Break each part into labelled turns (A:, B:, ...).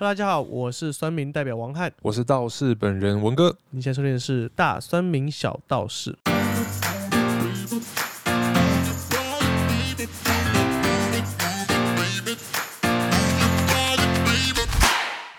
A: 大家好，我是酸民代表王翰，
B: 我是道士本人文哥。
A: 你现在收听的是《大酸民小道士》。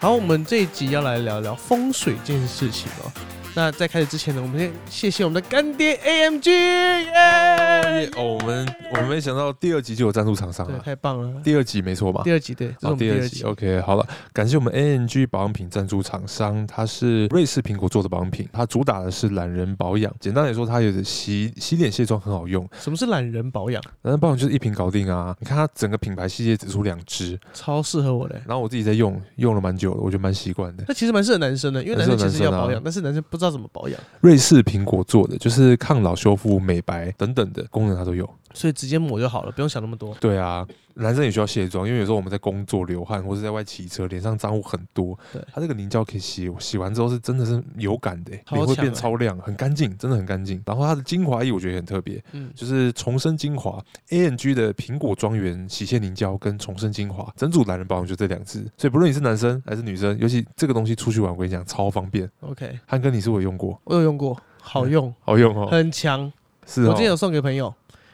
A: 好，我们这一集要来聊聊风水这件事情哦。那在开始之前呢，我们先谢谢我们的干爹 AMG，耶！
B: 哦，我们我们没想到第二集就有赞助厂商
A: 哎对，
B: 了，
A: 太棒了。
B: 哦第二集没错吧？
A: 第二集对，这是我
B: 哦，
A: 们
B: 第
A: 第
B: 二
A: 二
B: 集
A: 集。
B: ，OK，好了，感谢我们 ANG 保养品赞助厂商，它是瑞士苹果做的保养品，它主打的是懒人保养。简单来说，它有的洗洗脸卸妆很好用，
A: 什么是懒人保养？
B: 懒人保养就是一瓶搞定啊。你看它整个品牌系列只出两支，
A: 超适合我的欸。
B: 然后我自己在用，用了蛮久了，我觉得蛮习惯的。
A: 那其实蛮适合男生的，因为
B: 很
A: 男
B: 适合
A: 生其实
B: 男
A: 要
B: 生啊
A: 保养，但是男生不知道怎么保养，
B: 瑞士苹果做的，就是抗老、修复、美白等等的功能它都有。
A: 所以直接抹就好了，不用想那么多。
B: 对啊，男生也需要卸妆，因为有时候我们在工作流汗，或者在外骑车，脸上脏污很多。
A: 对
B: 它这个凝胶可以洗，洗完之后是真的是有感的、欸，
A: 超
B: 脸会
A: 强
B: 变
A: 欸
B: 超亮，很干净，真的很干净。然后它的精华液我觉得也很特别，
A: 嗯，
B: 就是重生精华 A N G 的苹果庄园洗卸凝胶跟重生精华，整组懒人保养就这两支。所以不论你是男生还是女生，尤其这个东西出去玩，我跟你讲超方便。
A: OK，
B: 汉哥，你是不是有用过？
A: 我有用过，好用，
B: 好用哦，
A: 很强。
B: 是
A: 我
B: 哦
A: 之。前有送给朋友，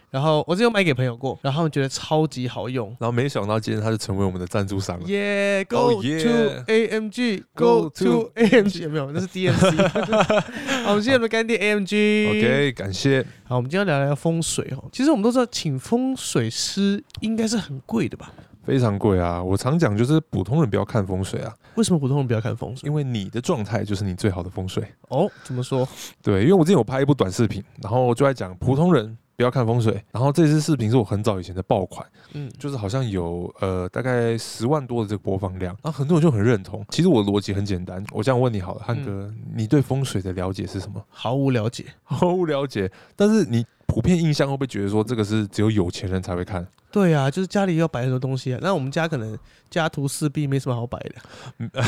A: 然后我之前有买给朋友过，然后他们觉得超级好用。
B: 然后没想到今天它就成为我们的赞助商了。
A: 耶、g
B: Oh
A: o
B: yeah
A: to AMG，Go to
B: Go to
A: AMG，没有，那是 DMC。好，我们谢谢我们的干爹 AMG。
B: OK，感谢。
A: 好，我们今天要聊聊风水哦。其实我们都知道，请风水师应该是很贵的吧？
B: 非常贵啊！我常讲就是普通人不要看风水啊，
A: 为什么普通人不要看风水？
B: 因为你的状态就是你最好的风水。
A: 哦，怎么说？
B: 对，因为我之前有拍一部短视频，然后就在讲普通人不要看风水。然后这支视频是我很早以前的爆款，
A: 嗯，
B: 就是好像有呃大概十万多的这个播放量，然后很多人就很认同。其实我的逻辑很简单，我这样问你好了，汉哥，你对风水的了解是什么？
A: 毫无了解。
B: 毫无了解，但是你普遍印象会不会觉得说这个是只有有钱人才会看？
A: 对啊，就是家里要摆很多东西、啊，那我们家可能家徒四壁，没什么好摆的。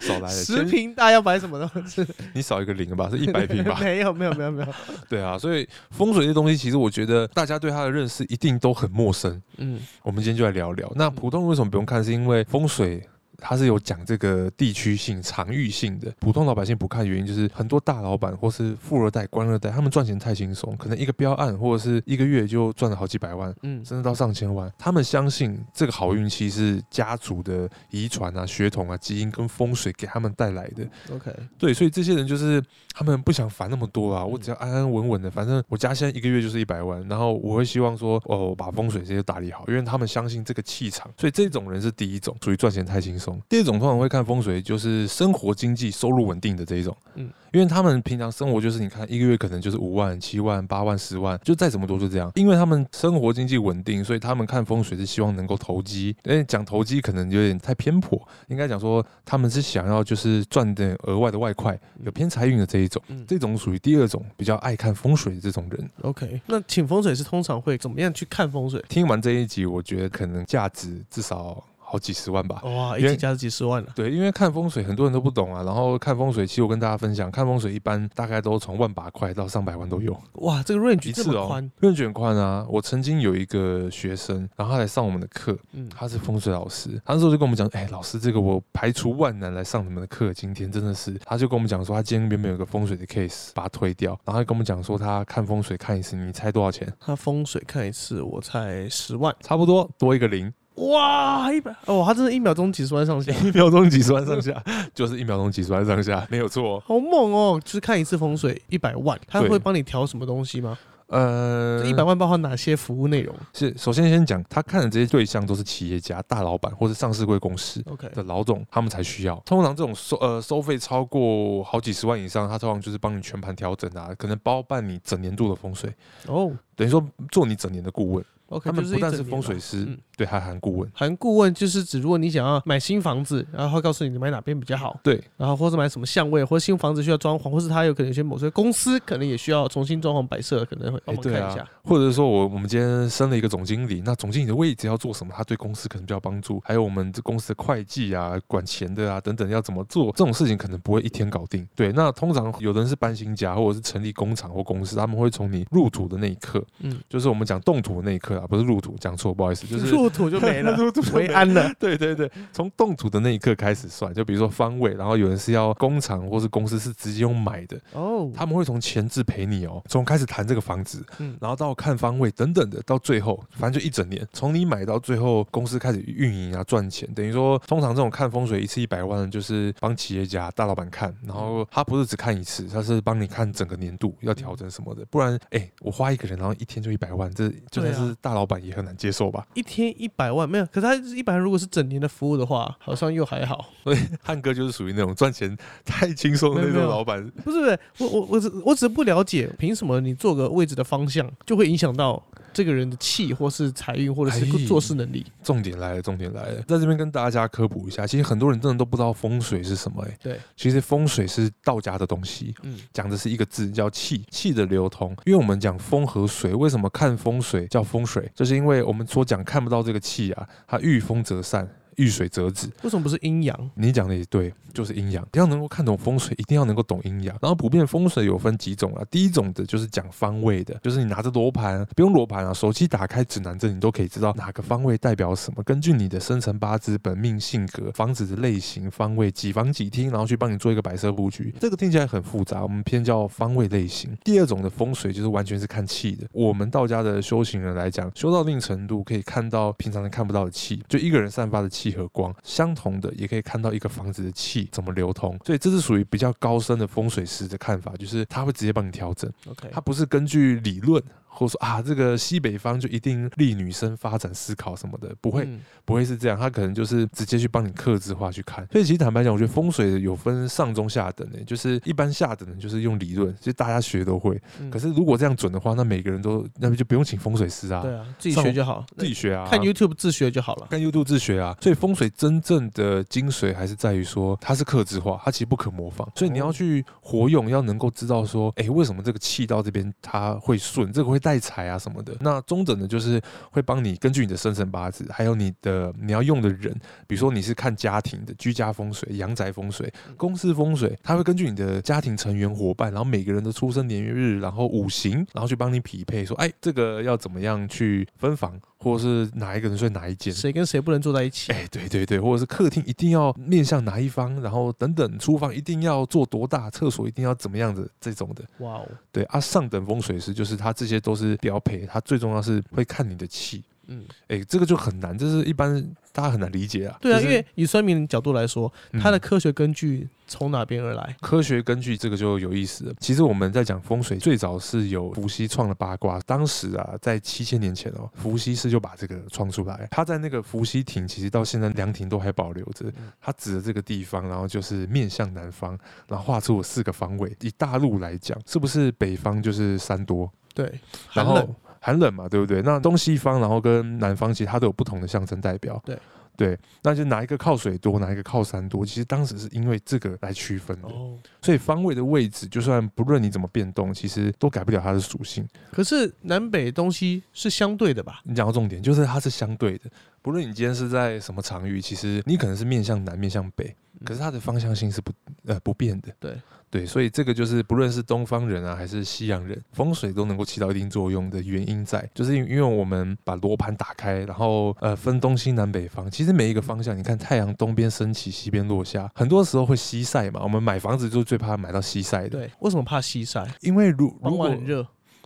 B: 少来了，
A: 十
B: 先
A: 平大要摆什么东 西？？
B: 你少一个零吧，是一百平 吧
A: 没有没有没有没有。
B: 对啊，所以风水这东西，其实我觉得大家对它的认识一定都很陌生。
A: 嗯，
B: 我们今天就来聊聊，那普通人为什么不用看？是因为风水它是有讲这个地区性、场域性的。普通老百姓不看，原因就是很多大老板或是富二代、官二代，他们赚钱太轻松，可能一个标案或者是一个月就赚了好几百万。
A: 嗯
B: 甚至到上千万，他们相信这个好运气是家族的遗传啊、血统啊、基因跟风水给他们带来的。
A: ，OK，
B: 对，所以这些人就是他们不想烦那么多啊，我
A: 嗯
B: 只要安安稳稳的，反正我家现在一个月就是一百万，然后我会希望说，哦，我把风水这些打理好，因为他们相信这个气场，所以这种人是第一种，属于赚钱太轻松。第二种通常会看风水，就是生活经济收入稳定的这一种，
A: 嗯
B: 嗯，因为他们平常生活就是你看一个月可能就是五万、七万、八万、十万，就再怎么多就这样，因为他们生活经济稳定，所以他们看风水是希望能够投机，因为讲投机可能有点太偏颇，应该讲说他们是想要就是赚点额外的外快，有偏财运的这一种，
A: 嗯
B: 这种属于第二种比较爱看风水的这种人。
A: ，OK。那请风水师通常会怎么样去看风水？
B: 听完这一集，我觉得可能价值至少好几十万吧。
A: 哇，一
B: 因为
A: 起加是几十万啊了、
B: 对，因为看风水很多人都不懂啊，然后看风水，其实我跟大家分享，看风水一般大概都从万把块到上百万都有。
A: 哇，这个 range
B: 一
A: 这
B: 次
A: 么
B: 哦
A: 宽，，
B: 认卷宽啊！我曾经有一个学生，然后他来上我们的课，
A: 嗯，
B: 他是风水老师，他那时候就跟我们讲，哎、老师，这个我排除万难来上你们的课，今天真的是，他就跟我们讲说，他今天原本有个风水的 case，把它推掉，然后他跟我们讲说，他看风水看一次，你猜多少钱？
A: 他风水看一次我才十万，
B: 差不多多一个零，
A: 哇，一百哦，他真的一秒钟几十万上下，
B: 一秒钟几十万上下， 就是一秒钟几十万上下，没有错。
A: 好猛哦！就是看一次风水一百万，他
B: 对
A: 会帮你调什么东西吗？
B: 呃，
A: 一百万包含哪些服务内容
B: 是首先先讲，他看的这些对象都是企业家、大老板或者上市贵公司。
A: ？OK，
B: 的老总，他们才需要。通常这种收呃收费超过好几十万以上，他通常就是帮你全盘调整啊，可能包办你整年度的风水，
A: 哦
B: 等于说做你整年的顾问。
A: ，OK，
B: 他们
A: 就
B: 不
A: 一
B: 但
A: 整
B: 是
A: 年
B: 风
A: 吧
B: 水师，
A: 嗯
B: 对，还含顾问。
A: 含顾问就是指，如果你想要买新房子，然后他告诉你你买哪边比较好，
B: 对
A: 然后或者买什么相位，或者新房子需要装潢，或是他有可能有些某些公司可能也需要重新装潢摆设，可能会帮
B: 哎
A: 忙看
B: 对
A: 一下。
B: 啊，或者说我我们今天升了一个总经理，那总经理的位置要做什么，他对公司可能比较有帮助。还有我们这公司的会计啊、管钱的啊等等要怎么做，这种事情可能不会一天搞定。对，那通常有的人是搬新家，或者是成立工厂或公司，他们会从你入土的那一刻，
A: 嗯
B: 就是我们讲动土的那一刻啊，不是入土，讲错，不好意思，就是
A: 入入土 就没了
B: 那，入土就
A: 为
B: 没
A: 安了。
B: 对对对，从动土的那一刻开始算，就比如说方位，然后有人是要工厂或是公司是直接用买的，
A: 哦，
B: 他们会从前置陪你哦，从开始谈这个房子，
A: 嗯
B: 然后到看方位等等的，到最后反正就一整年，从你买到最后公司开始运营啊赚钱，等于说通常这种看风水一次一百万的，就是帮企业家大老板看，然后他不是只看一次，他是帮你看整个年度要调整什么的，不然哎、我花一个人然后一天就一百万，这就
A: 对
B: 算
A: 啊
B: 是大老板也很难接受吧。
A: 一天一百万没有，可是他一百万如果是整年的服务的话，好像又还好。
B: 所以汉哥就是属于那种赚钱太轻松的
A: 没
B: 那
A: 有没有
B: 种老板，
A: 不是不是，我我我只我只是不了解，凭什么你做个位置的方向就会影响到这个人的气或是财运或者
B: 哎
A: 是做事能力？
B: 重点来了，重点来了，在这边跟大家科普一下，其实很多人真的都不知道风水是什么、欸。
A: 对，
B: 其实风水是道家的东西，
A: 嗯，
B: 讲的是一个字叫气，气的流通。因为我们讲风和水，为什么看风水叫风水？就是因为我们所讲看不到这个气啊，它遇风则散，遇水则止。
A: 为什么不是阴阳？
B: 你讲的也对，就是阴阳。要能够看懂风水，一定要能够懂阴阳。然后普遍风水有分几种啊，第一种的就是讲方位的，就是你拿着罗盘，不用罗盘啊，手机打开指南针，你都可以知道哪个方位代表什么。根据你的生辰八字、本命性格、房子的类型、方位几房几厅，然后去帮你做一个摆设布局。这个听起来很复杂，我们偏叫方位类型。第二种的风水就是完全是看气的。我们道家的修行人来讲，修到一定程度，可以看到平常人看不到的气，就一个人散发的气和光，相同的也可以看到一个房子的气怎么流通。所以这是属于比较高深的风水师的看法，就是他会直接帮你调整，
A: OK，
B: 他不是根据理论。或者说啊，这个西北方就一定利女生发展思考什么的，不会，
A: 嗯
B: 不会是这样，他可能就是直接去帮你刻字化去看。所以其实坦白讲，我觉得风水有分上中下等的、就是一般下等的就是用理论，其实大家学都会。
A: 嗯
B: 可是如果这样准的话，那每个人都那就不用请风水师啊，
A: 对啊，自己
B: 上
A: 学就好，
B: 自己学啊，
A: 看 YouTube 自学就好了。
B: 跟 YouTube 自学啊，所以风水真正的精髓还是在于说它是克制化，它其实不可模仿，所以你要去活用，要能够知道说，哎、为什么这个气到这边它会顺，这个会带财啊什么的。那中等的就是会帮你根据你的生辰八字，还有你的你要用的人，比如说你是看家庭的居家风水、阳宅风水、公司风水，它会根据你的家庭成员伙伴，然后每个人的出生年月日，然后五行，然后去帮你匹配，说，哎、这个要怎么样去分房，或者是哪一个人睡哪一间。
A: 谁跟谁不能坐在一起？啊
B: 哎、对对对，或者是客厅一定要面向哪一方，然后等等，厨房一定要做多大，厕所一定要怎么样子这种的。
A: 哇哦，
B: 对啊，上等风水师就是他这些都是标配，他最重要是会看你的气。
A: 嗯，
B: 哎、这个就很难，这是一般大家很难理解啊。
A: 对啊，
B: 就
A: 因
B: 是
A: 为以算命的角度来说，
B: 嗯
A: 它的科学根据从哪边而来？
B: 科学根据这个就有意思了。其实我们在讲风水，最早是有伏羲创了八卦。当时啊，在七千年前哦，伏羲氏就把这个创出来。他在那个伏羲亭，其实到现在凉亭都还保留着
A: 嗯。
B: 他指的这个地方，然后就是面向南方，然后画出了四个方位。以大陆来讲，是不是北方就是山多，
A: 对，
B: 然
A: 寒
B: 后
A: 冷，
B: 寒冷嘛，对不对？那东西方，然后跟南方，其实它都有不同的象征代表。
A: 对
B: 对，那就哪一个靠水多，哪一个靠山多？其实当时是因为这个来区分的。
A: 哦，
B: 所以方位的位置，就算不论你怎么变动，其实都改不了它的属性。
A: 可是南北东西是相对的吧？
B: 你讲到重点，就是它是相对的，不论你今天是在什么场域，其实你可能是面向南、面向北，可是它的方向性是不呃不变的。
A: 嗯对
B: 对，所以这个就是不论是东方人啊，还是西洋人，风水都能够起到一定作用的原因在，就是因因为我们把罗盘打开，然后呃分东西南北方，其实每一个方向，你看太阳东边升起，西边落下，很多时候会西晒嘛。我们买房子就最怕买到西晒的，
A: 对，为什么怕西晒？
B: 因为如如
A: 傍
B: 果
A: 晚很热，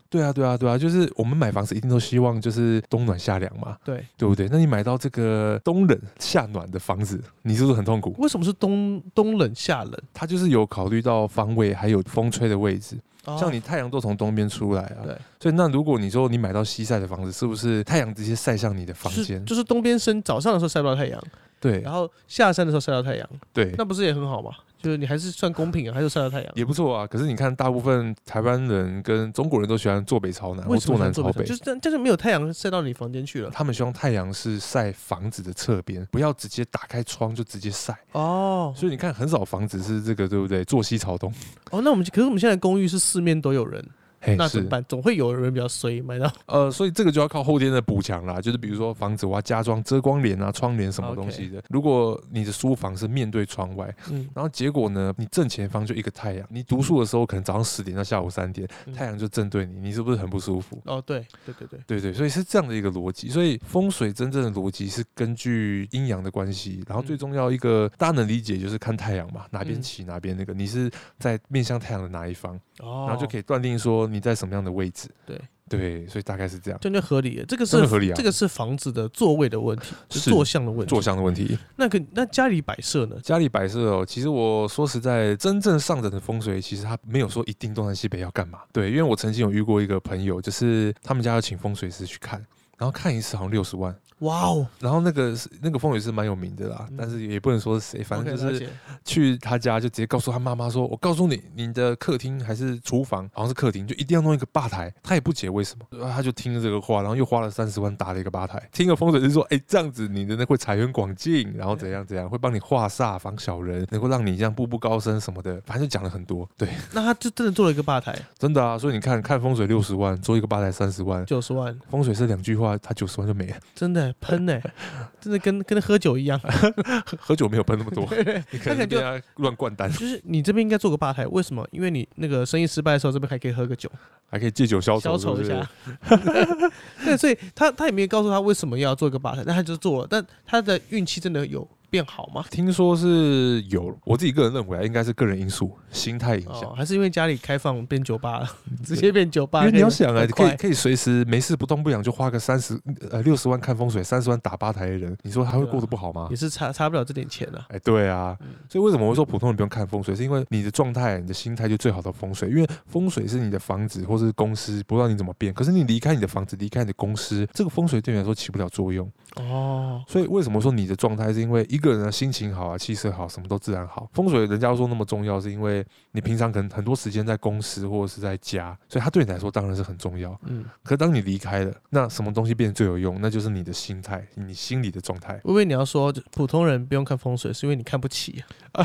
B: 对啊，对啊，对啊，就是我们买房子一定都希望就是冬暖夏凉嘛，
A: 对，
B: 对不对？那你买到这个冬冷夏暖的房子，你是不是很痛苦？
A: 为什么是冬冬冷夏冷？
B: 它就是有考虑到方位，还有风吹的位置，
A: 哦
B: 像你太阳都从东边出来啊，
A: 对，
B: 所以那如果你说你买到西晒的房子，是不是太阳直接晒向你的房
A: 就是
B: 间？
A: 就是东边升，早上的时候晒不到太阳，
B: 对
A: 然后下山的时候晒到太阳，
B: 对，
A: 那不是也很好吗？就是你还是算公平啊，还是晒到太阳。
B: 也不错啊。可是你看，大部分台湾人跟中国人都喜欢坐北朝南，或
A: 为什么
B: 坐
A: 想
B: 南
A: 做北
B: 朝
A: 朝
B: 北，
A: 就是这样，就是没有太阳晒到你房间去了。
B: 他们希望太阳是晒房子的侧边，不要直接打开窗就直接晒。
A: 哦
B: 所以你看，很少房子是这个，对不对？坐西朝东，
A: 哦，那我们可是我们现在公寓是四面都有人，
B: 嘿
A: 那怎
B: 是
A: 么办？总会有人比较衰买到。
B: 呃，所以这个就要靠后天的补强啦，就是比如说房子我要加装遮光帘啊、窗帘什么东西的。如果你的书房是面对窗外，
A: 嗯，
B: 然后结果呢，你正前方就一个太阳，你读书的时候可能早上十点到下午三点，
A: 嗯
B: 太阳就正对你，你是不是很不舒服？
A: 哦，对对对对，
B: 对对，所以是这样的一个逻辑。所以风水真正的逻辑是根据阴阳的关系，然后最
A: 嗯
B: 重要一个大家能理解就是看太阳嘛，哪边
A: 嗯
B: 起哪边那个，你是在面向太阳的哪一方，
A: 哦，
B: 然后就可
A: 以，
B: 以断定说你在什么样的位置。
A: 对
B: 对，所以大概是这样。
A: 这样就合理了。这个
B: 真
A: 是
B: 的合理啊
A: 这个是房子的座位的问题，
B: 是
A: 是坐向的问题。
B: 坐向的问题，
A: 那个那家里摆设呢？
B: 家里摆设哦，其实我说实在，真正上等的风水，其实它没有说一定东南西北要干嘛。对，因为我曾经有遇过一个朋友，就是他们家要请风水师去看，然后看一次好像六十万，
A: 哇哦，
B: 然后那个是那个风水师蛮有名的啦，
A: 嗯
B: 但是也不能说是谁，反正
A: OK，
B: 就
A: 了
B: 是
A: 解
B: 去他家就直接告诉他妈妈说：“我告诉你，你的客厅还是厨房，好像是客厅，就一定要弄一个吧台。”他也不解为什么，然后他就听了这个话，然后又花了三十万搭了一个吧台。听个风水师说：“哎、这样子你的那会财源广进，然后怎样怎哎样，会帮你化煞、防小人，能够让你这样步步高升什么的。”反正就讲了很多，对，
A: 那他就真的做了一个吧台，
B: 真的啊。所以你看看风水六十万，做一个吧台三十万。
A: 九十万，
B: 风水师两句话，他九十万就没了。
A: 真的喷 呢，真的跟跟喝酒一 样。
B: 喝喝酒没有喷那么多， 你可
A: 那
B: 能
A: 个
B: 被
A: 就
B: 他乱灌单，
A: 就是你这边应该做个吧台，为什么？因为你那个生意失败的时候，这边还可以喝个酒，
B: 还可以借酒消
A: 消
B: 愁，是
A: 愁
B: 不
A: 一
B: 是
A: 下。 对，所以他他也没有告诉他为什么要做一个吧台，但他就做了。但他的运气真的有变好吗？
B: 听说是有，我自己个人认为啊，应该是个人因素、心态影响。
A: 哦，还是因为家里开放变酒吧了，直接变酒吧。
B: 嗯因为你要
A: 可以
B: 想啊，
A: 很
B: 可以
A: 快
B: 可以随时没事不痛不痒就花个三十呃六十万看风水，三十万打吧台的人，你说他会过得不好
A: 啊
B: 吗
A: 也？是差差不了这点钱啊。
B: 哎，对啊
A: 嗯，
B: 所以为什么我会说普通人不用看风水，是因为你的状态、你的心态就最好的风水，因为风水是你的房子或是公司，不知道你怎么变，可是你离开你的房子、离开你的公司，这个风水对你来说起不了作用。
A: 哦，
B: 所以为什么说你的状态是因为一个人的心情好啊，气色好，什么都自然好。风水人家说那么重要，是因为你平常可能很多时间在公司或者是在家，所以它对你来说当然是很重要。
A: 嗯，
B: 可当你离开了，那什么东西变得最有用？那就是你的心态，你心里的状态。
A: 微微你要说就普通人不用看风水，是因为你看不起。啊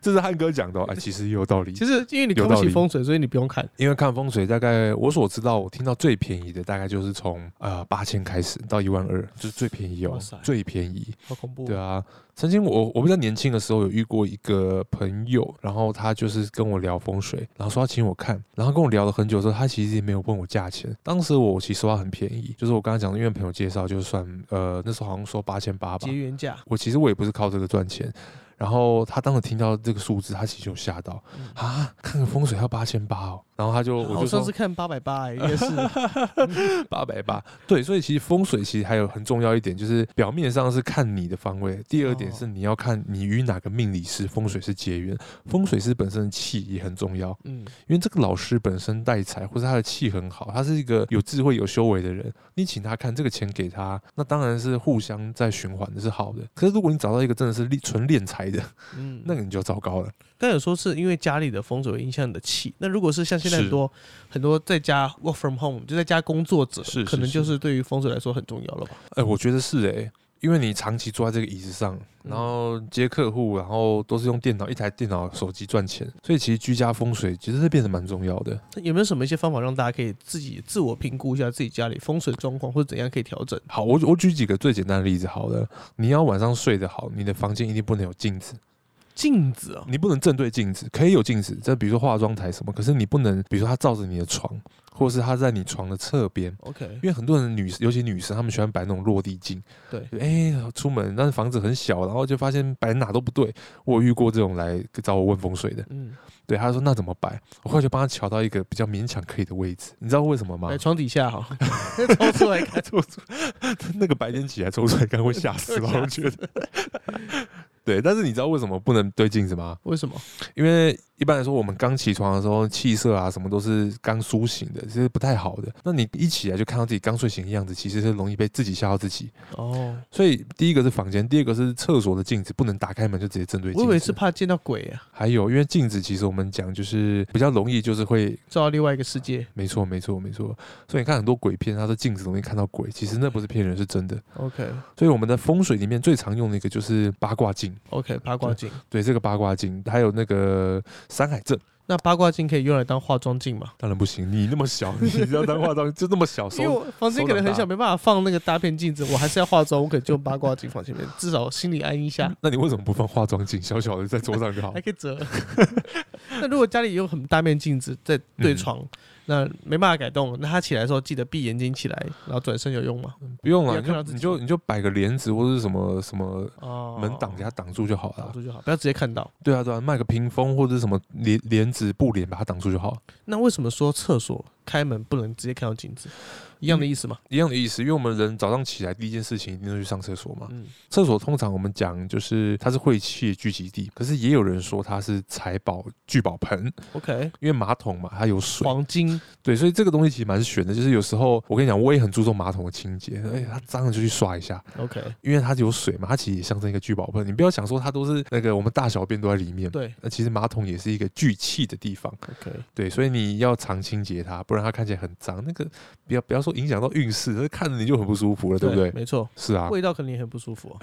B: 这是汉哥讲的、哦，哎，其实也有 道理。
A: 其实因为你
B: 有
A: 看不
B: 道
A: 起
B: 理
A: 风水，所以你不用看。
B: 因为看风水，大概我所知道，我听到最便宜的大概就是从呃八千开始到一万二，就是最便宜哦
A: 哇塞，
B: 最便宜。
A: 好恐怖。哦
B: 对啊，曾经我我比较年轻的时候有遇过一个朋友，然后他就是跟我聊风水，然后说要请我看，然后跟我聊了很久之后，他其实也没有问我价钱。当时我其实说他很便宜，就是我刚刚讲的，因为朋友介绍，就是算呃那时候好像说八千八吧
A: 结，缘价。
B: 我其实我也不是靠这个赚钱。然后他当时听到这个数字，他其实有吓到
A: 嗯
B: 啊，看个风水要八千八哦。然后他就我
A: 我
B: 就
A: 上
B: 说
A: 次看八百八，也 是
B: 八百八，对，所以其实风水其实还有很重要一点，就是表面上是看你的方位，第二点
A: 哦
B: 是你要看你与哪个命理师、风水师结缘。风水师本身的气也很重要，
A: 嗯，
B: 因为这个老师本身带财，或是他的气很好，他是一个有智慧、有修为的人，你请他看这个钱给他，那当然是互相在循环的，是好的。可是如果你找到一个真的是利纯敛财的，
A: 嗯，
B: 那个你就糟糕了。
A: 刚有说是因为家里的风水影响你的气，那如果是像现在很多很多在家 work from home 就在家工作者，
B: 是是
A: 可能就是是对于风水来说很重要了吧？
B: 哎、我觉得是哎、因为你长期坐在这个椅子上，
A: 嗯
B: 然后接客户，然后都是用电脑一台电脑、手机赚钱，所以其实居家风水其实是变得蛮重要的。
A: 那有没有什么一些方法让大家可以自己自我评估一下自己家里风水状况或者怎样可以调整？
B: 好，我我举几个最简单的例子好了。你要晚上睡得好，你的房间一定不能有镜子，
A: 镜子啊，
B: 你不能正对镜子，可以有镜子，这比如说化妆台什么，可是你不能，比如说它照着你的床，或者是它在你床的侧边。
A: OK，
B: 因为很多人女，尤其女生，她们喜欢摆那种落地镜。
A: 对
B: 就，哎、出门，但是房子很小，然后就发现摆哪都不对。我有遇过这种来找我问风水的，
A: 嗯，
B: 对，他说那怎么摆？我后来就帮他瞧到一个比较勉强可以的位置，你知道为什么吗
A: 来？床底下 哈，抽出来看，
B: 抽出 那个白天起来抽出来， 刚会吓死吧？我觉得。对，但是你知道为什么不能对镜子吗？
A: 为什么？
B: 因为一般来说，我们刚起床的时候，气色啊什么都是刚苏醒的，其实不太好的。那你一起来就看到自己刚睡醒的样子，其实是容易被自己吓到自己。
A: 哦，
B: 所以第一个是房间，第二个是厕所的镜子，不能打开门就直接针对镜
A: 我
B: 子。
A: 以为是怕见到鬼啊，
B: 还有，因为镜子其实我们讲就是比较容易，就是会
A: 照到另外一个世界。
B: 没错没错没错。所以你看很多鬼片，它说镜子容易看到鬼，其实那不是骗人，是真的。
A: OK
B: 所以我们的风水里面最常用的一个就是八卦镜，
A: OK，八卦镜，
B: 呃对这个八卦镜，还有那个山海阵，
A: 那八卦镜可以用来当化妆镜吗？
B: 当然不行，你那么小，你要当化妆就那么 小，
A: 因为
B: 手
A: 我房间可能很小，
B: 手掌
A: 没办法放那个大片镜子，我还是要化妆，我可能就用八卦镜放前面，至少心里安一下，
B: 那你为什么不放化妆镜？小小的在桌上就嗯好
A: 还。可以折。那如果家里有很大面镜子在
B: 嗯
A: 对床，那没办法改动，那他起来的时候记得闭眼睛起来，然后转身有用吗？
B: 不用
A: 不
B: 了，
A: 要
B: 你
A: 看到
B: 就
A: 自己
B: 你就你就摆个帘子或者是什么什么
A: 哦，
B: 门挡啊给它挡住就好
A: 挡
B: 了。
A: 住就好，不要直接看到。
B: 对啊对啊，卖个屏风或者是什么帘帘子布帘把它挡住就好，
A: 那为什么说厕所开门不能直接看到镜子？一样的意思吗？
B: 一样的意思。因为我们人早上起来第一件事情一定是去上厕所嘛。
A: 嗯，
B: 厕所通常我们讲就是它是晦气聚集地，可是也有人说它是财宝聚宝盆，
A: OK，
B: 因为马桶嘛它有水，
A: 黄金
B: 对，所以这个东西其实蛮悬的。就是有时候我跟你讲，我也很注重马桶的清洁，而且它脏了就去刷一下，
A: OK，
B: 因为它有水嘛，它其实也象征一个聚宝盆。你不要想说它都是那个我们大小便都在里面，
A: 对
B: 那其实马桶也是一个聚气的地方，
A: ，OK，
B: 对，所以你要常清洁它，不然它看起来很脏。那个不要不要说影响到运势，那看着你就很不舒服了，对不对？
A: 没错，
B: 是啊，
A: 味道肯定也很不舒服哦、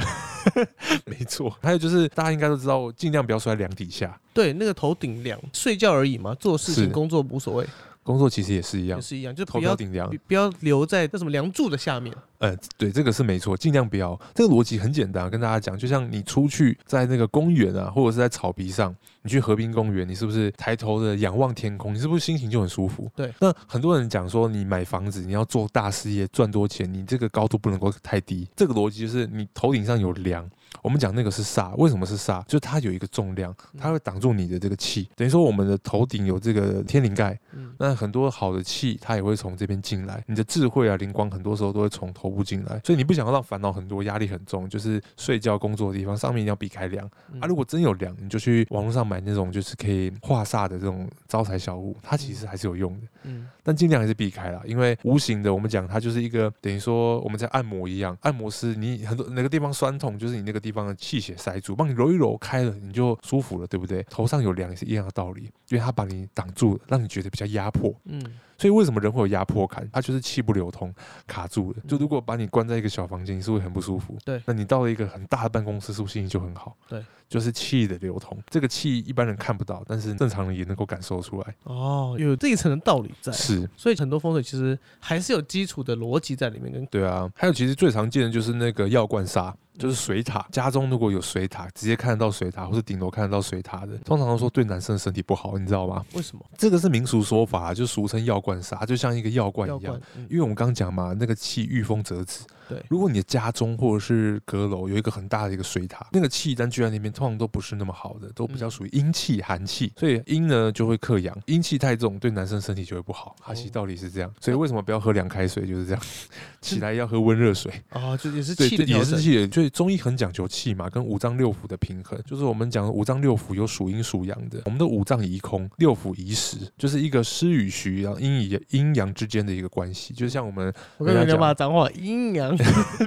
B: 没错。还有就是大家应该都知道，尽量不要睡在梁底下。
A: 对，那个头顶凉，睡觉而已嘛，做事情
B: 是
A: 工作无所谓，
B: 工作其实也是一样
A: 也，是一样，就
B: 头
A: 不
B: 不要
A: 要
B: 顶梁
A: 不。不要留在那什么梁柱的下面。
B: 呃，对，这个是没错，尽量不要。这个逻辑很简单，啊跟大家讲，就像你出去在那个公园啊，或者是在草皮上，你去河滨公园，你是不是抬头的仰望天空？你是不是心情就很舒服？
A: 对。
B: 那很多人讲说，你买房子，你要做大事业，赚多钱，你这个高度不能够太低。这个逻辑就是你头顶上有梁。我们讲那个是煞，为什么是煞？就是它有一个重量，它会挡住你的这个气。等于说，我们的头顶有这个天灵盖，
A: 嗯，
B: 那很多好的气，它也会从这边进来。你的智慧啊、灵光，很多时候都会从头部进来。所以你不想要让烦恼很多、压力很重，就是睡觉、工作的地方上面一定要避开梁
A: 嗯
B: 啊。如果真有梁，你就去网络上买那种就是可以化煞的这种招财小物，它其实还是有用的，
A: 嗯
B: 但尽量还是避开啦。因为无形的，我们讲它就是一个等于说我们在按摩一样，按摩师你很多哪个地方酸痛，就是你那个地方的气血塞住，帮你揉一揉开了，你就舒服了，对不对？头上有梁也是一样的道理，因为它把你挡住了，让你觉得比较压迫。
A: 嗯，
B: 所以为什么人会有压迫感？它就是气不流通，卡住了。就如果把你关在一个小房间，你是会很不舒服。
A: 对
B: 那你到了一个很大的办公室，是不是心情就很好？
A: 对，
B: 就是气的流通。这个气一般人看不到，但是正常人也能够感受出来。
A: 哦，有这一层的道理在，
B: 是，
A: 所以很多风水其实还是有基础的逻辑在里面，跟
B: 对啊。还有，其实最常见的就是那个药罐煞，就是水塔。家中如果有水塔，直接看得到水塔，或是顶楼看得到水塔的，通常都说对男生的身体不好，你知道吗？
A: 为什么
B: 这个是民俗说法，就俗称药罐煞，就像一个药罐
A: 要
B: 一样
A: 灌。？嗯
B: 因为我们刚刚讲嘛，那个气遇风则止。
A: 对
B: 如果你的家中或者是阁楼有一个很大的一个水塔，那个气单居然那边通常都不是那么好的，都比
A: 嗯
B: 较属于阴气、寒气，所以阴呢就会克阳，阴气太重对男生身体就会不
A: 哦
B: 好。哈其道理是这样，所以为什么不要喝凉开水就是这样， 起来要喝温 热水。
A: 哦，就也是
B: 对，
A: 气
B: 这
A: 的
B: 也
A: 调
B: 是
A: 整，
B: 气的，所以中医很讲究气嘛，跟五脏六腑的平衡。就是我们讲的五脏六腑有属阴属阳的，我们的五脏宜空，六腑宜实，就是一个湿与虚，然后阴与阴阳之间的一个关系。就像我们
A: 我跟你
B: 人家
A: 讲
B: 讲
A: 把脏话阴 阳，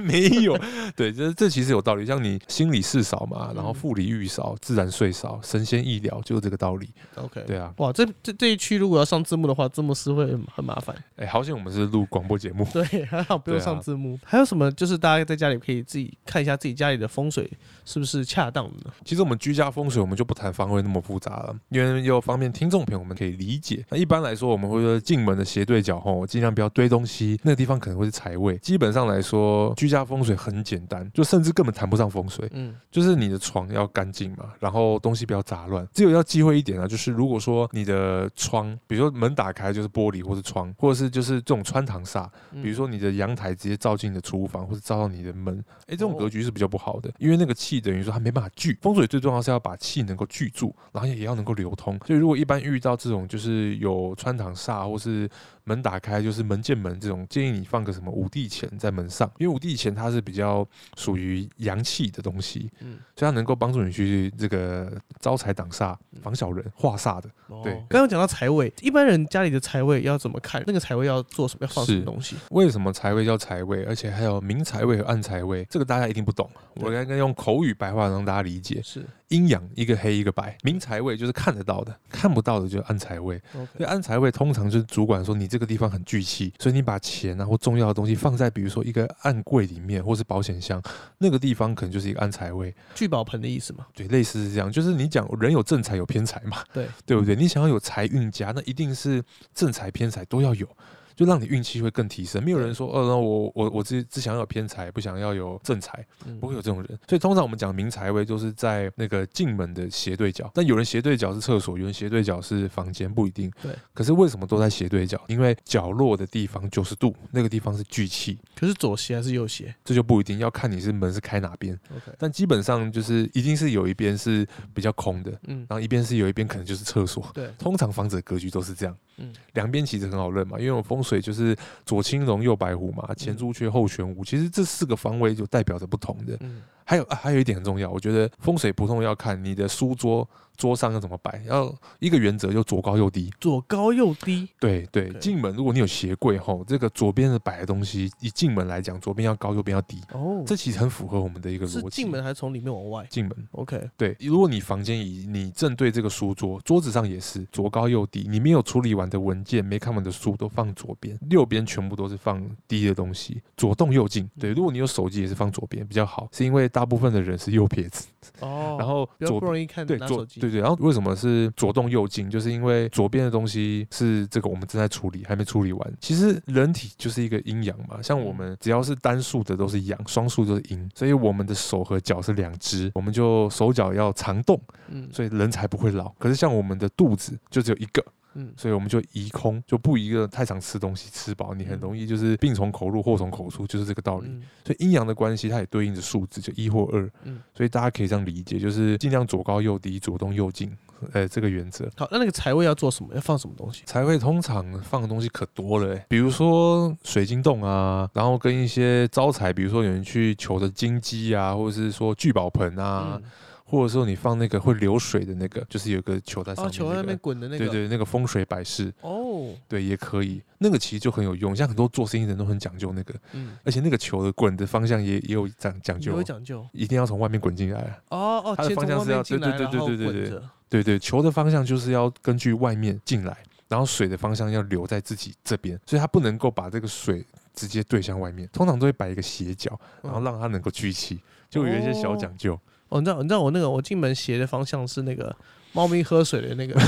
B: 没有，对，这这其实有道理。像你心理事少嘛，然后
A: 嗯
B: 腹里欲少，自然睡少，神仙易疗，就是这个道理。
A: OK，
B: 对啊，
A: 哇，这这这一区如果要上字幕的话，字幕师会很麻烦。
B: 哎，好险我们是录广播节目。
A: 对， 还好不用
B: 对啊
A: 上字幕。还有什么？就是大家在家里可以自己看一下自己家里的风水是不是恰当的呢？
B: 其实我们居家风水，我们就不谈方位那么复杂了，因为又方便听众朋友们可以理解。那一般来说，我们会说进门的斜对角吼，尽量不要堆东西，那个地方可能会是财位。基本上来说，居家风水很简单，就甚至根本谈不上风水。
A: 嗯，
B: 就是你的床要干净嘛，然后东西不要杂乱。只有要忌讳一点啊，就是如果说你的窗，比如说门打开就是玻璃或是窗，或者是就是这种穿堂煞，
A: 嗯
B: 比如说你的阳台直接照进你的厨房，或者照到你的门，哎，这种
A: 哦
B: 格局是比较不好的，因为那个气等于说它没办法聚。风水最重要是要把气能够聚住，然后也要能够流通。所以如果一般遇到这种就是有穿堂煞或是门打开就是门见门这种，建议你放个什么五帝钱在门上，因为五帝钱它是比较属于阳气的东西，
A: 嗯
B: 所以它能够帮助你去这个招财挡煞、
A: 嗯
B: 防小人、化煞的。
A: 哦
B: 对
A: 刚刚讲到财位，一般人家里的财位要怎么看？那个财位要做什么？要放什么
B: 是
A: 东西？
B: 为什么财位叫财位，而且还有明财位和暗财位，这个大家一定不懂。
A: 对
B: 我应该用口语白话让大家理解。
A: 是
B: 阴阳，一个黑一个白。明财位就是看得到的，看不到的就是暗财位。
A: OK，
B: 所以安财位通常就是主管说你这个地方很聚气，所以你把钱啊或重要的东西放在比如说一个暗柜里面，或是保险箱，那个地方可能就是一个安财位。
A: 聚宝盆的意思嘛。
B: 对，类似是这样，就是你讲人有正财有偏财嘛，
A: 对
B: 对不对？你想要有财运家，那一定是正财偏财都要有。就让你运气会更提升，没有人说，哦，那我我我只只想要有偏财，不想要有正财，
A: 嗯
B: 不会有这种人。所以通常我们讲明财位，就是在那个进门的斜对角。但有人斜对角是厕所，有人斜对角是房间，不一定。
A: 对。
B: 可是为什么都在斜对角？因为角落的地方九十度，那个地方是聚气，
A: 可是左斜还是右斜
B: 这就不一定，要看你是门是开哪边。
A: ？OK，
B: 但基本上就是一定是有一边是比较空的，
A: 嗯
B: 然，后一边是有一边可能就是厕所。
A: 对，
B: 通常房子的格局都是这样，
A: 嗯
B: 两边其实很好认嘛，因为我们风水就是左青龙右白虎嘛，
A: 嗯
B: 前朱雀后玄武，其实这四个方位就代表着不同的。
A: 嗯，
B: 还有、啊、还有一点很重要，我觉得风水不同要看你的书桌桌上要怎么摆，要一个原则就左高右低。
A: 左高右低，
B: 对对，
A: OK
B: 进门如果你有鞋柜吼，这个左边的摆的东西，一进门来讲，左边要高，右边要低，
A: 哦，
B: 这其实很符合我们的一个
A: 是
B: 逻辑。
A: 进门还是从里面往外
B: 进门。
A: ？OK，
B: 对，如果你房间以你正对这个书桌，桌子上也是左高右低，你没有处理完的文件、没看完的书都放左边，右边全部都是放低的东西，左动右进。对，如果你有手机也是放左边比较好，是因为大部分的人是右撇子，
A: 哦，
B: 然后
A: 比较
B: 左
A: 不容易看
B: 对
A: 拿
B: 左
A: 手机，
B: 对对，然后为什么是左动右进？就是因为左边的东西是这个我们正在处理，还没处理完。其实人体就是一个阴阳嘛，像我
A: 嗯
B: 们只要是单数的都是阳，双数都是阴，所以我们的手和脚是两只，我们就手脚要常动，
A: 嗯
B: 所以人才不会老。可是像我们的肚子就只有一个，
A: 嗯，
B: 所以我们就移空，就不一个太常吃东西吃饱，你很容易就是病从口入，祸从口出，就是这个道理。
A: 嗯
B: 所以阴阳的关系，它也对应着数字，就一或二。
A: 嗯
B: 所以大家可以这样理解，就是尽量左高右低，左动右进，呃，这个原则。
A: 好，那那个财位要做什么？要放什么东西？
B: 财会通常放的东西可多了、欸，比如说水晶洞啊，然后跟一些招财，比如说有人去求的金鸡啊，或者是说聚宝盆啊，
A: 嗯，
B: 或者说你放那个会流水的那个，就是有个球在上
A: 哦，
B: 面、
A: 球在那边滚的那个，
B: 对对，那个风水摆饰，
A: 哦，
B: 对也可以，那个其实就很有用。像很多做生意的人都很讲究那个，
A: 嗯，
B: 而且那个球的滚的方向也也有讲讲究
A: 有
B: 哦，
A: 讲究，
B: 一定要从外面滚进来啊。
A: 哦哦，
B: 它的
A: 先
B: 方
A: 从
B: 向
A: 外
B: 是要
A: 面进来，
B: 对对对
A: 然后
B: 对对对
A: 滚着，
B: 对对，球的方向就是要根据外面进来，然后水的方向要留在自己这边，所以它不能够把这个水直接对向外面，通常都会摆一个斜角，然后
A: 嗯
B: 让它能够聚气，就有一些小讲究。
A: 哦，你知道，你知道我那个我进门斜的方向是那个猫咪喝水的那个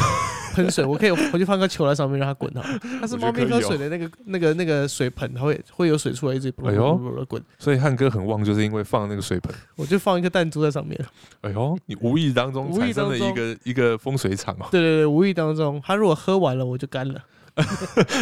A: 喷水，我可以回去放个球在上面让它滚好了。它是
B: 我觉
A: 猫
B: 得
A: 咪
B: 可
A: 喝
B: 以哦
A: 水的那个那个那个水盆，它会会有水出来，一直
B: 哎呦
A: 滚。
B: 所以汉哥很旺，就是因为放那个水盆。
A: 我就放一个弹珠在上面。
B: 哎呦，你无意当中
A: 无
B: 产
A: 意当
B: 生了一
A: 中
B: 个一个风水场 哦，
A: 对对对，无意当中，它如果喝完了我就干了，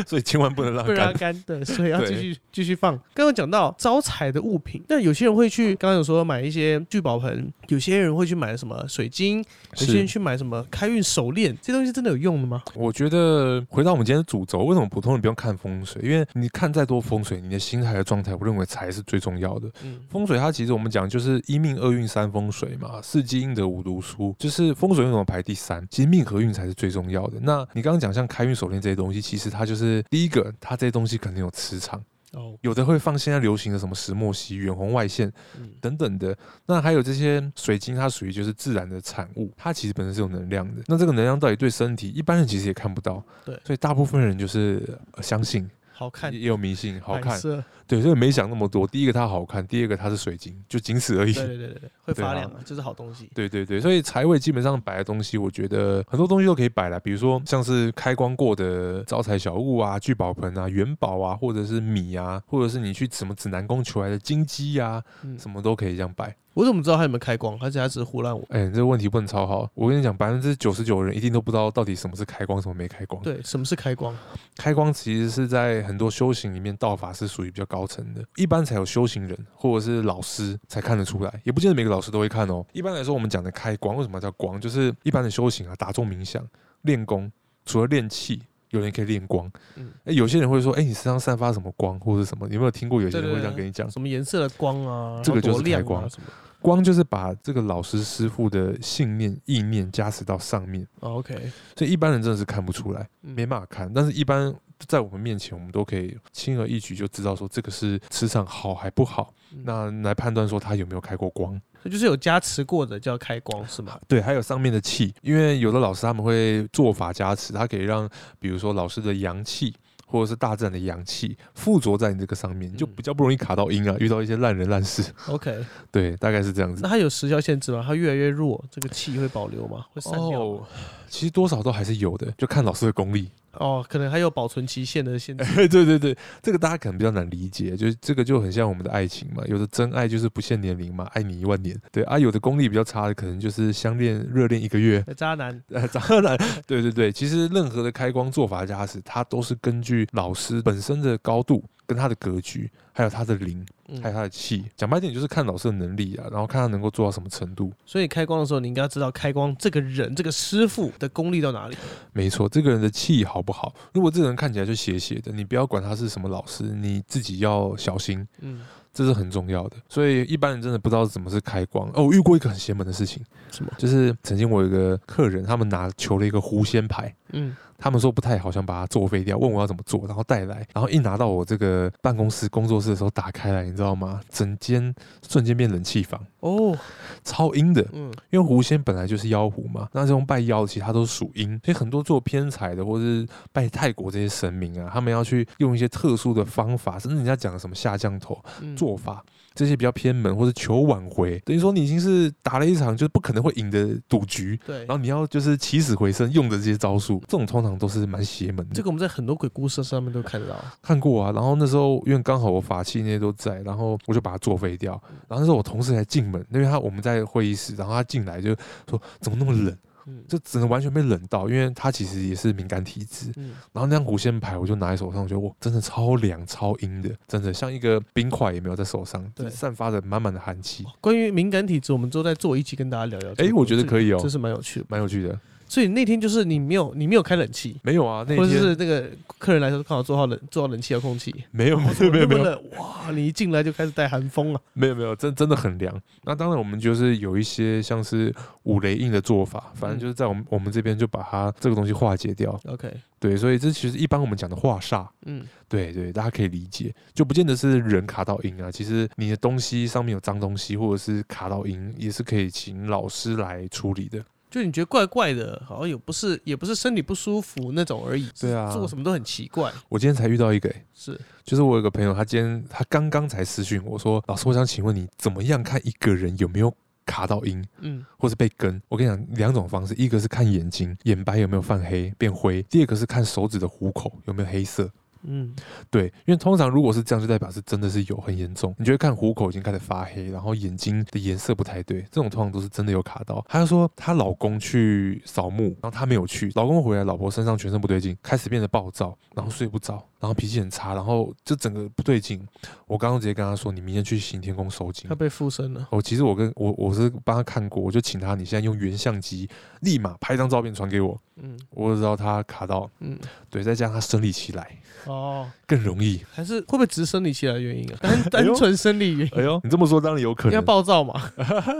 B: 所以千万不能让
A: 不
B: 它
A: 然
B: 干
A: 它。干。对，所以要继
B: 对
A: 续继续放。刚刚讲到招财的物品，那有些人会去，刚刚有说买一些聚宝盆，有些人会去买什么水晶，有些人
B: 是，
A: 去买什么开运手链，这些东西真的有用的吗？
B: 我觉得回到我们今天的主轴，为什么普通人不用看风水？因为你看再多风水，你的心态和状态，我认为才是最重要的。
A: 嗯，
B: 风水它其实我们讲就是一命二运三风水嘛，四积阴德五读书，就是风水为什么排第三？其实命和运才是最重要的。那你刚刚讲像开运手链这些东西，其实它就是第一个，它这些东西肯定有磁场，
A: 哦，
B: 有的会放现在流行的什么石墨烯、远红外线
A: 嗯，
B: 等等的。那还有这些水晶，它属于就是自然的产物，它其实本身是有能量的。那这个能量到底对身体，一般人其实也看不到，
A: 对
B: 所以大部分人就是呃相信，
A: 好看
B: 也，也有迷信，好
A: 白
B: 看，
A: 色
B: 对，所以没想那么多。第一个它好看，第二个它是水晶，就仅此而已。
A: 对对对对对，会
B: 对
A: 发
B: 啊
A: 亮啊，就是好东西。
B: 对对对，所以财位基本上摆的东西，我觉得很多东西都可以摆了，比如说像是开光过的招财小物啊、聚宝盆啊、元宝啊，或者是米啊，或者是你去什么指南宫求来的金鸡呀、啊，
A: 嗯，
B: 什么都可以这样摆。
A: 我怎么知道它有没有开光？还是它只是胡乱我？
B: 哎，这个问题问超好，我跟你讲，百分之九十九人一定都不知道到底什么是开光，什么没开光。
A: 对，什么是开光？
B: 开光其实是在很多修行里面，道法是属于比较高层的，一般才有修行人或者是老师才看得出来，也不见得每个老师都会看哦。一般来说，我们讲的开光，为什么叫光？就是一般的修行啊，打坐冥想、练功，除了练气。有人可以练光，
A: 嗯
B: 哎，有些人会说，哎，你身上散发什么光或者什么？你有没有听过有些人
A: 对对
B: 会这样
A: 对
B: 跟你讲？
A: 什么颜色的光啊？
B: 这个就是
A: 然后多亮啊
B: 开光
A: 什么的？
B: 光就是把这个老师师傅的信念、意念加持到上面，
A: 哦，OK，
B: 所以一般人真的是看不出来。
A: 嗯
B: 没办法看，但是一般在我们面前，我们都可以轻而易举就知道说这个是磁场好还不好，
A: 嗯
B: 那来判断说它有没有开过光。
A: 就是有加持过的叫开光是吗？
B: 对，还有上面的气，因为有的老师他们会做法加持，它可以让比如说老师的阳气。或者是大自然的阳气附着在你这个上面，就
A: 嗯
B: 比较不容易卡到阴啊，遇到一些烂人烂事。
A: OK，
B: 对，大概是这样子。
A: 那它有时效限制吗？它越来越弱，这个气会保留吗？会散掉吗？
B: 哦，其实多少都还是有的，就看老师的功力。
A: 哦，可能还有保存期限的 限制。
B: 对对对，这个大家可能比较难理解，就是这个就很像我们的爱情嘛，有的真爱就是不限年龄嘛，爱你一万年。对啊，有的功力比较差的，可能就是相恋热恋一个月。
A: 渣男
B: 呃，渣男， 对对对，其实任何的开光做法加持，它都是根据老师本身的高度、跟他的格局，还有他的灵，
A: 嗯
B: 还有他的气。讲白点，就是看老师的能力啊，然后看他能够做到什么程度。
A: 所以开光的时候，你应该要知道开光这个人、这个师傅的功力到哪里。
B: 没错，这个人的气好不好？如果这个人看起来就邪邪的，你不要管他是什么老师，你自己要小心，
A: 嗯，
B: 这是很重要的。所以一般人真的不知道什么是开光。哦，我遇过一个很邪门的事情，
A: 什么？
B: 就是曾经我有一个客人，他们拿求了一个狐仙牌，
A: 嗯，
B: 他们说不太好，想把它作废掉，问我要怎么做，然后带来，然后一拿到我这个办公室工作室的时候打开来，你知道吗？整间瞬间变冷气房，
A: 哦，
B: 超阴的。
A: 嗯，
B: 因为狐仙本来就是妖狐嘛，那这种拜妖的其实它都是属阴，所以很多做偏财的或是拜泰国这些神明啊，他们要去用一些特殊的方法，甚至人家讲的什么下降头
A: 嗯
B: 做法，这些比较偏门或是求挽回，等于说你已经是打了一场就是不可能会赢的赌局，
A: 对
B: 然。后你要就是起死回生用的这些招数，这种通常都是蛮邪门
A: 这
B: 的。
A: 个我们在很多鬼故事上面都看得到。
B: 看过啊，然后那时候因为刚好我法器那些都在，然后我就把它作废掉。然后那时候我同事才进门，因为他我们在会议室，然后他进来就说怎么那么冷。
A: 嗯，
B: 就只能完全被冷到，因为他其实也是敏感体质。
A: 嗯，
B: 然后那张狐仙牌，我就拿在手上，我觉得哇，真的超凉超阴的，真的像一个冰块也没有在手上，
A: 对
B: 就散发着满满的寒气。
A: 关于敏感体质，我们之后再做一集跟大家聊聊这
B: 哎、
A: 个。
B: 我觉得
A: 这个
B: 可以哦、
A: 这是蛮有趣的。
B: 蛮有趣的。
A: 所以那天就是你没有，你没有开冷气，
B: 没有啊，那
A: 或者
B: 天
A: 是那个客人来说刚好做好冷做好冷气遥控器，
B: 没有 没有没
A: 那么
B: 有
A: 冷，哇！你一进来就开始带寒风啊，
B: 没有没有，真真的很凉。那当然，我们就是有一些像是五雷印的做法，反正
A: 嗯
B: 就是在我们我们这边就把它这个东西化解掉。
A: OK，
B: 对，所以这其实一般我们讲的化煞，
A: 嗯，
B: 对对，大家可以理解，就不见得是人卡到音啊。其实你的东西上面有脏东西，或者是卡到音，也是可以请老师来处理的。
A: 就你觉得怪怪的，好像也不是也不是身体不舒服那种而已，
B: 对啊
A: 做什么都很奇怪，
B: 我今天才遇到一个、欸，
A: 是
B: 就是我有个朋友，他今天他刚刚才私讯我说，老师，我想请问你怎么样看一个人有没有卡到音，
A: 嗯
B: 或是被跟？我跟你讲两种方式，一个是看眼睛，眼白有没有泛黑变灰；第二个是看手指的虎口有没有黑色。
A: 嗯
B: 对，因为通常如果是这样，就代表是真的是有很严重。你就会看虎口已经开始发黑，然后眼睛的颜色不太对，这种通常都是真的有卡到。她就说她老公去扫墓，然后她没有去，老公回来，老婆身上全身不对劲，开始变得暴躁，然后睡不着，然后脾气很差，然后就整个不对劲。我刚刚直接跟她说，你明天去行天宫收金
A: 他。被附身了，
B: 哦，其实我跟我我是帮她看过，我就请她，你现在用原相机立马拍张照片传给我，
A: 嗯
B: 我就知道她卡到，
A: 嗯，
B: 对，再加上她生理期来
A: 哦，
B: 更容易。
A: 还是会不会只是生理期来的原因啊？单
B: 哎呦
A: 单纯生理原因，
B: 哎呦，哎你这么说当然有可
A: 因为
B: 能
A: 他。暴躁嘛，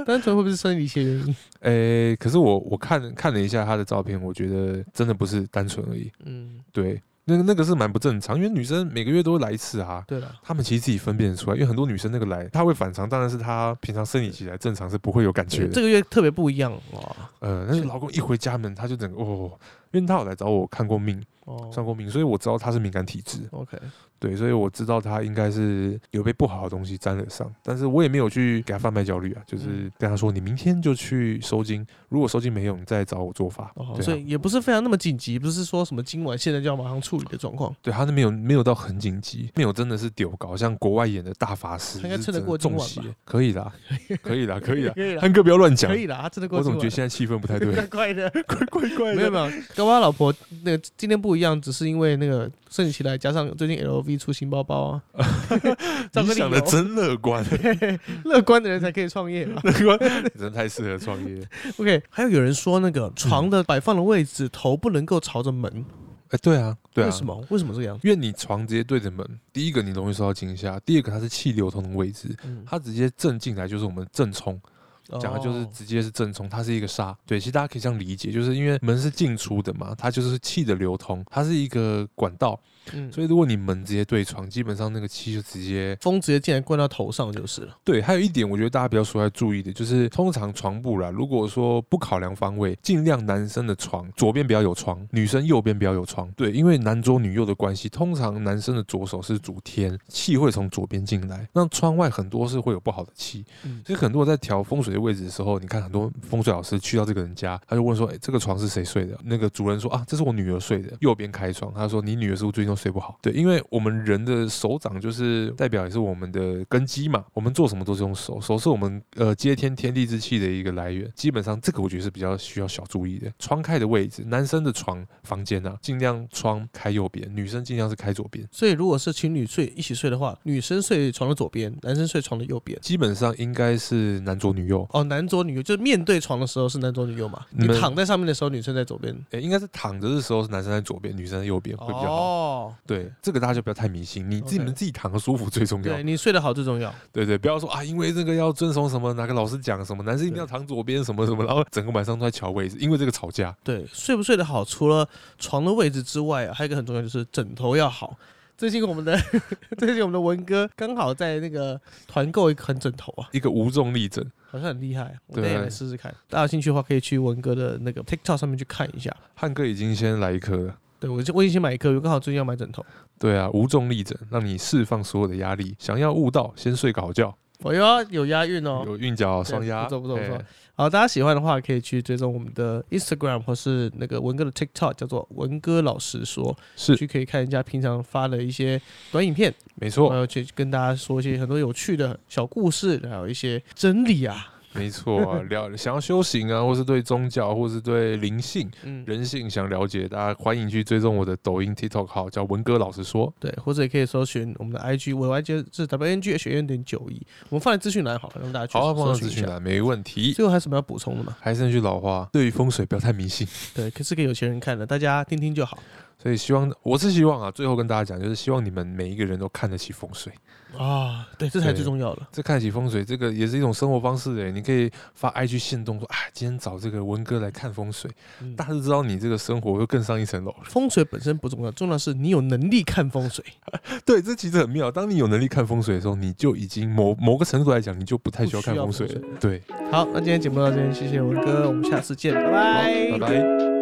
A: 单纯会不会是生理期的原因？
B: 诶、可是我我看看了一下她的照片，我觉得真的不是单纯而已。
A: 嗯，
B: 对，那个那个是蛮不正常，因为女生每个月都会来一次啊。
A: 对了，
B: 她们其实自己分辨得出来，因为很多女生那个来，她会反常，当然是她平常生理期来正常是不会有感觉
A: 这
B: 的。
A: 个月特别不一样哦哇，
B: 呃，但是老公一回家门，她就整个哦，因为她有来找我看过命，算
A: 哦
B: 过命，所以我知道她是敏感体质。
A: ，OK，
B: 对，所以我知道她应该是有被不好的东西沾了上，但是我也没有去给她贩卖焦虑啊，就是
A: 嗯
B: 跟她说，你明天就去收金，如果收金没有，你再找我做法。
A: 哦，
B: 对啊
A: 所以也不是非常那么紧急，不是说什么今晚现在就要马上处理的状况，
B: 对，他是没有没有到很紧急，没有真的是丢高，像国外演的大法师，
A: 他应该
B: 是
A: 撑得
B: 真的
A: 过今
B: 中
A: 晚
B: 邪
A: 吧，
B: 可以啦，可以啦，可以啦，
A: 可以啦，
B: 汉哥不要乱讲
A: 可，以啦，他真的过
B: 我
A: 今
B: 总
A: 晚
B: 觉得现在气氛不 太
A: 怪
B: 对，
A: 怪的。
B: 怪怪怪的，
A: 没有没有，跟我老婆那个今天不一样，只是因为那个盛起来，加上最近 LV 出新包包 啊，找
B: 你
A: 个理
B: 想的
A: 由，
B: 真乐观，
A: 乐观的人才可以创 业嘛。
B: 乐观，你真的太适合创 业。
A: OK，还有有人说那个床的摆放的位置，头不能够朝着门，
B: 哎，对啊，对啊，
A: 为什？么？为什么这个样子？
B: 因为你床直接对着门，第一个你容易受到惊吓，第二个它是气流通的位置，
A: 嗯，
B: 它直接正进来就是我们正冲，讲的就是
A: 哦
B: 直接是正冲，它是一个煞。对，其实大家可以这样理解，就是因为门是进出的嘛，它就是气的流通，它是一个管道，
A: 嗯，
B: 所以如果你门直接对窗，基本上那个气就直接
A: 风直接进来灌到头上就是了。
B: 对。还有一点，我觉得大家比较说要注意的，就是通常床布啦，如果说不考量方位，尽量男生的床左边不要有床，女生右边不要有床。对，因为男左女右的关系，通常男生的左手是主天，气会从左边进来，那窗外很多是会有不好的气。
A: 嗯，
B: 所以很多人在调风水的位置的时候，你看很多风水老师去到这个人家，他就问说：“哎、这个床是谁睡的？”那个主人说：“啊，这是我女儿睡的，右边开窗。”他说：“你女儿是不是最近都睡不好？”对，因为我们人的手掌就是代表也是我们的根基嘛，我们做什么都是用手，手是我们呃接天天地之气的一个来源。基本上这个我觉得是比较需要小注意的。窗开的位置，男生的床房间啊，尽量窗开右边，女生尽量是开左边。
A: 所以如果是情侣睡一起睡的话，女生睡床的左边，男生睡床的右边。
B: 基本上应该是男左女右，
A: 哦，男左女右，就是面对床的时候是男左女右嘛。
B: 你
A: 你
B: 们
A: 躺在上面的时候，女生在左边。
B: 诶，应该是躺着的时候是男生在左边，女生在右边会比较好。
A: 哦，
B: 对，这个大家就不要太迷信，你自己
A: OK
B: 们自己躺的舒服最重要。
A: 对你睡得好最重要。
B: 对对，不要说啊，因为这个要遵从什么哪个老师讲什么，男生一定
A: 对
B: 要躺左边什么什么，然后整个晚上都在瞧位置，因为这个吵架。
A: 对，睡不睡得好，除了床的位置之外、啊，还有一个很重要就是枕头要好。最近我们的 最近我们的文哥刚好在那个团购一款枕头啊，
B: 一个无重力枕，
A: 好像很厉害，我
B: 对
A: 等一下来试试看。大家有兴趣的话，可以去文哥的那个 TikTok 上面去看一下。
B: 汉哥已经先来一颗了。
A: 对我已经我已经先买一颗，我刚好最近要买枕头。
B: 对啊，无重力枕让你释放所有的压力，想要悟道，先睡个好觉，
A: 我又要有押韵哦。
B: 有韵脚
A: 对
B: 双压，哎
A: 不错不错不错
B: 诶
A: 好，大家喜欢的话可以去追踪我们的 Instagram 或是那个文哥的 TikTok，叫做文哥老实说，
B: 是
A: 去可以看人家平常发的一些短影片，
B: 没错
A: 还有去跟大家说一些很多有趣的小故事，还有一些真理啊。
B: 没错啊，了想要修行啊，或是对宗教，或是对灵性。
A: 嗯，
B: 人性想了解，大家欢迎去追踪我的抖音 TikTok 号，叫文哥老实说。
A: 对，或者也可以搜寻我们的 IG，我的 IG 是 WNG H N 点九一，我们放在资讯栏好了，让大家去
B: 好，放
A: 搜
B: 上
A: 寻
B: 资
A: 一
B: 讯
A: 下。
B: 栏，没问题。
A: 最后还有什么要补充的吗？
B: 还是那句老话，对于风水不要太迷信。
A: 对，可是给有钱人看的，大家听听就好
B: 所以希望我是希望啊，最后跟大家讲，就是希望你们每一个人都看得起风水。
A: 啊。对，这才
B: 对
A: 最重要的。
B: 这看得起风水，这个也是一种生活方式诶。你可以发 IG 线动说，啊，今天找这个文哥来看风水，
A: 嗯
B: 大家就知道你这个生活又更上一层楼 了。
A: 风水本身不重要，重要的是你有能力看风水。
B: 对，这其实很妙。当你有能力看风水的时候，你就已经某某个程度来讲，你就不太需要看风水
A: 不需要
B: 了。对，
A: 好，那今天节目到这边，谢谢文哥，我们下次见，拜拜
B: 拜拜。